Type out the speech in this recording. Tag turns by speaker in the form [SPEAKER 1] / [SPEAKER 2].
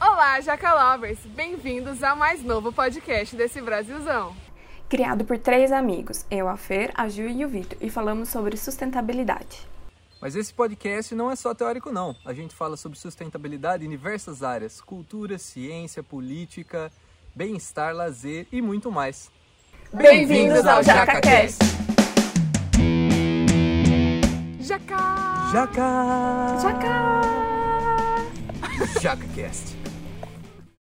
[SPEAKER 1] Olá, Jacalovers! Bem-vindos ao mais novo podcast desse Brasilzão.
[SPEAKER 2] Criado por três amigos, eu, a Fer, a Ju e o Vitor, e falamos sobre sustentabilidade.
[SPEAKER 3] Mas esse podcast não é só teórico, não. A gente fala sobre sustentabilidade em diversas áreas: cultura, ciência, política, bem-estar, lazer e muito mais.
[SPEAKER 1] Bem-vindos ao JacaCast! Jacá!
[SPEAKER 3] Jaca!
[SPEAKER 2] Tchau!
[SPEAKER 3] JacaCast!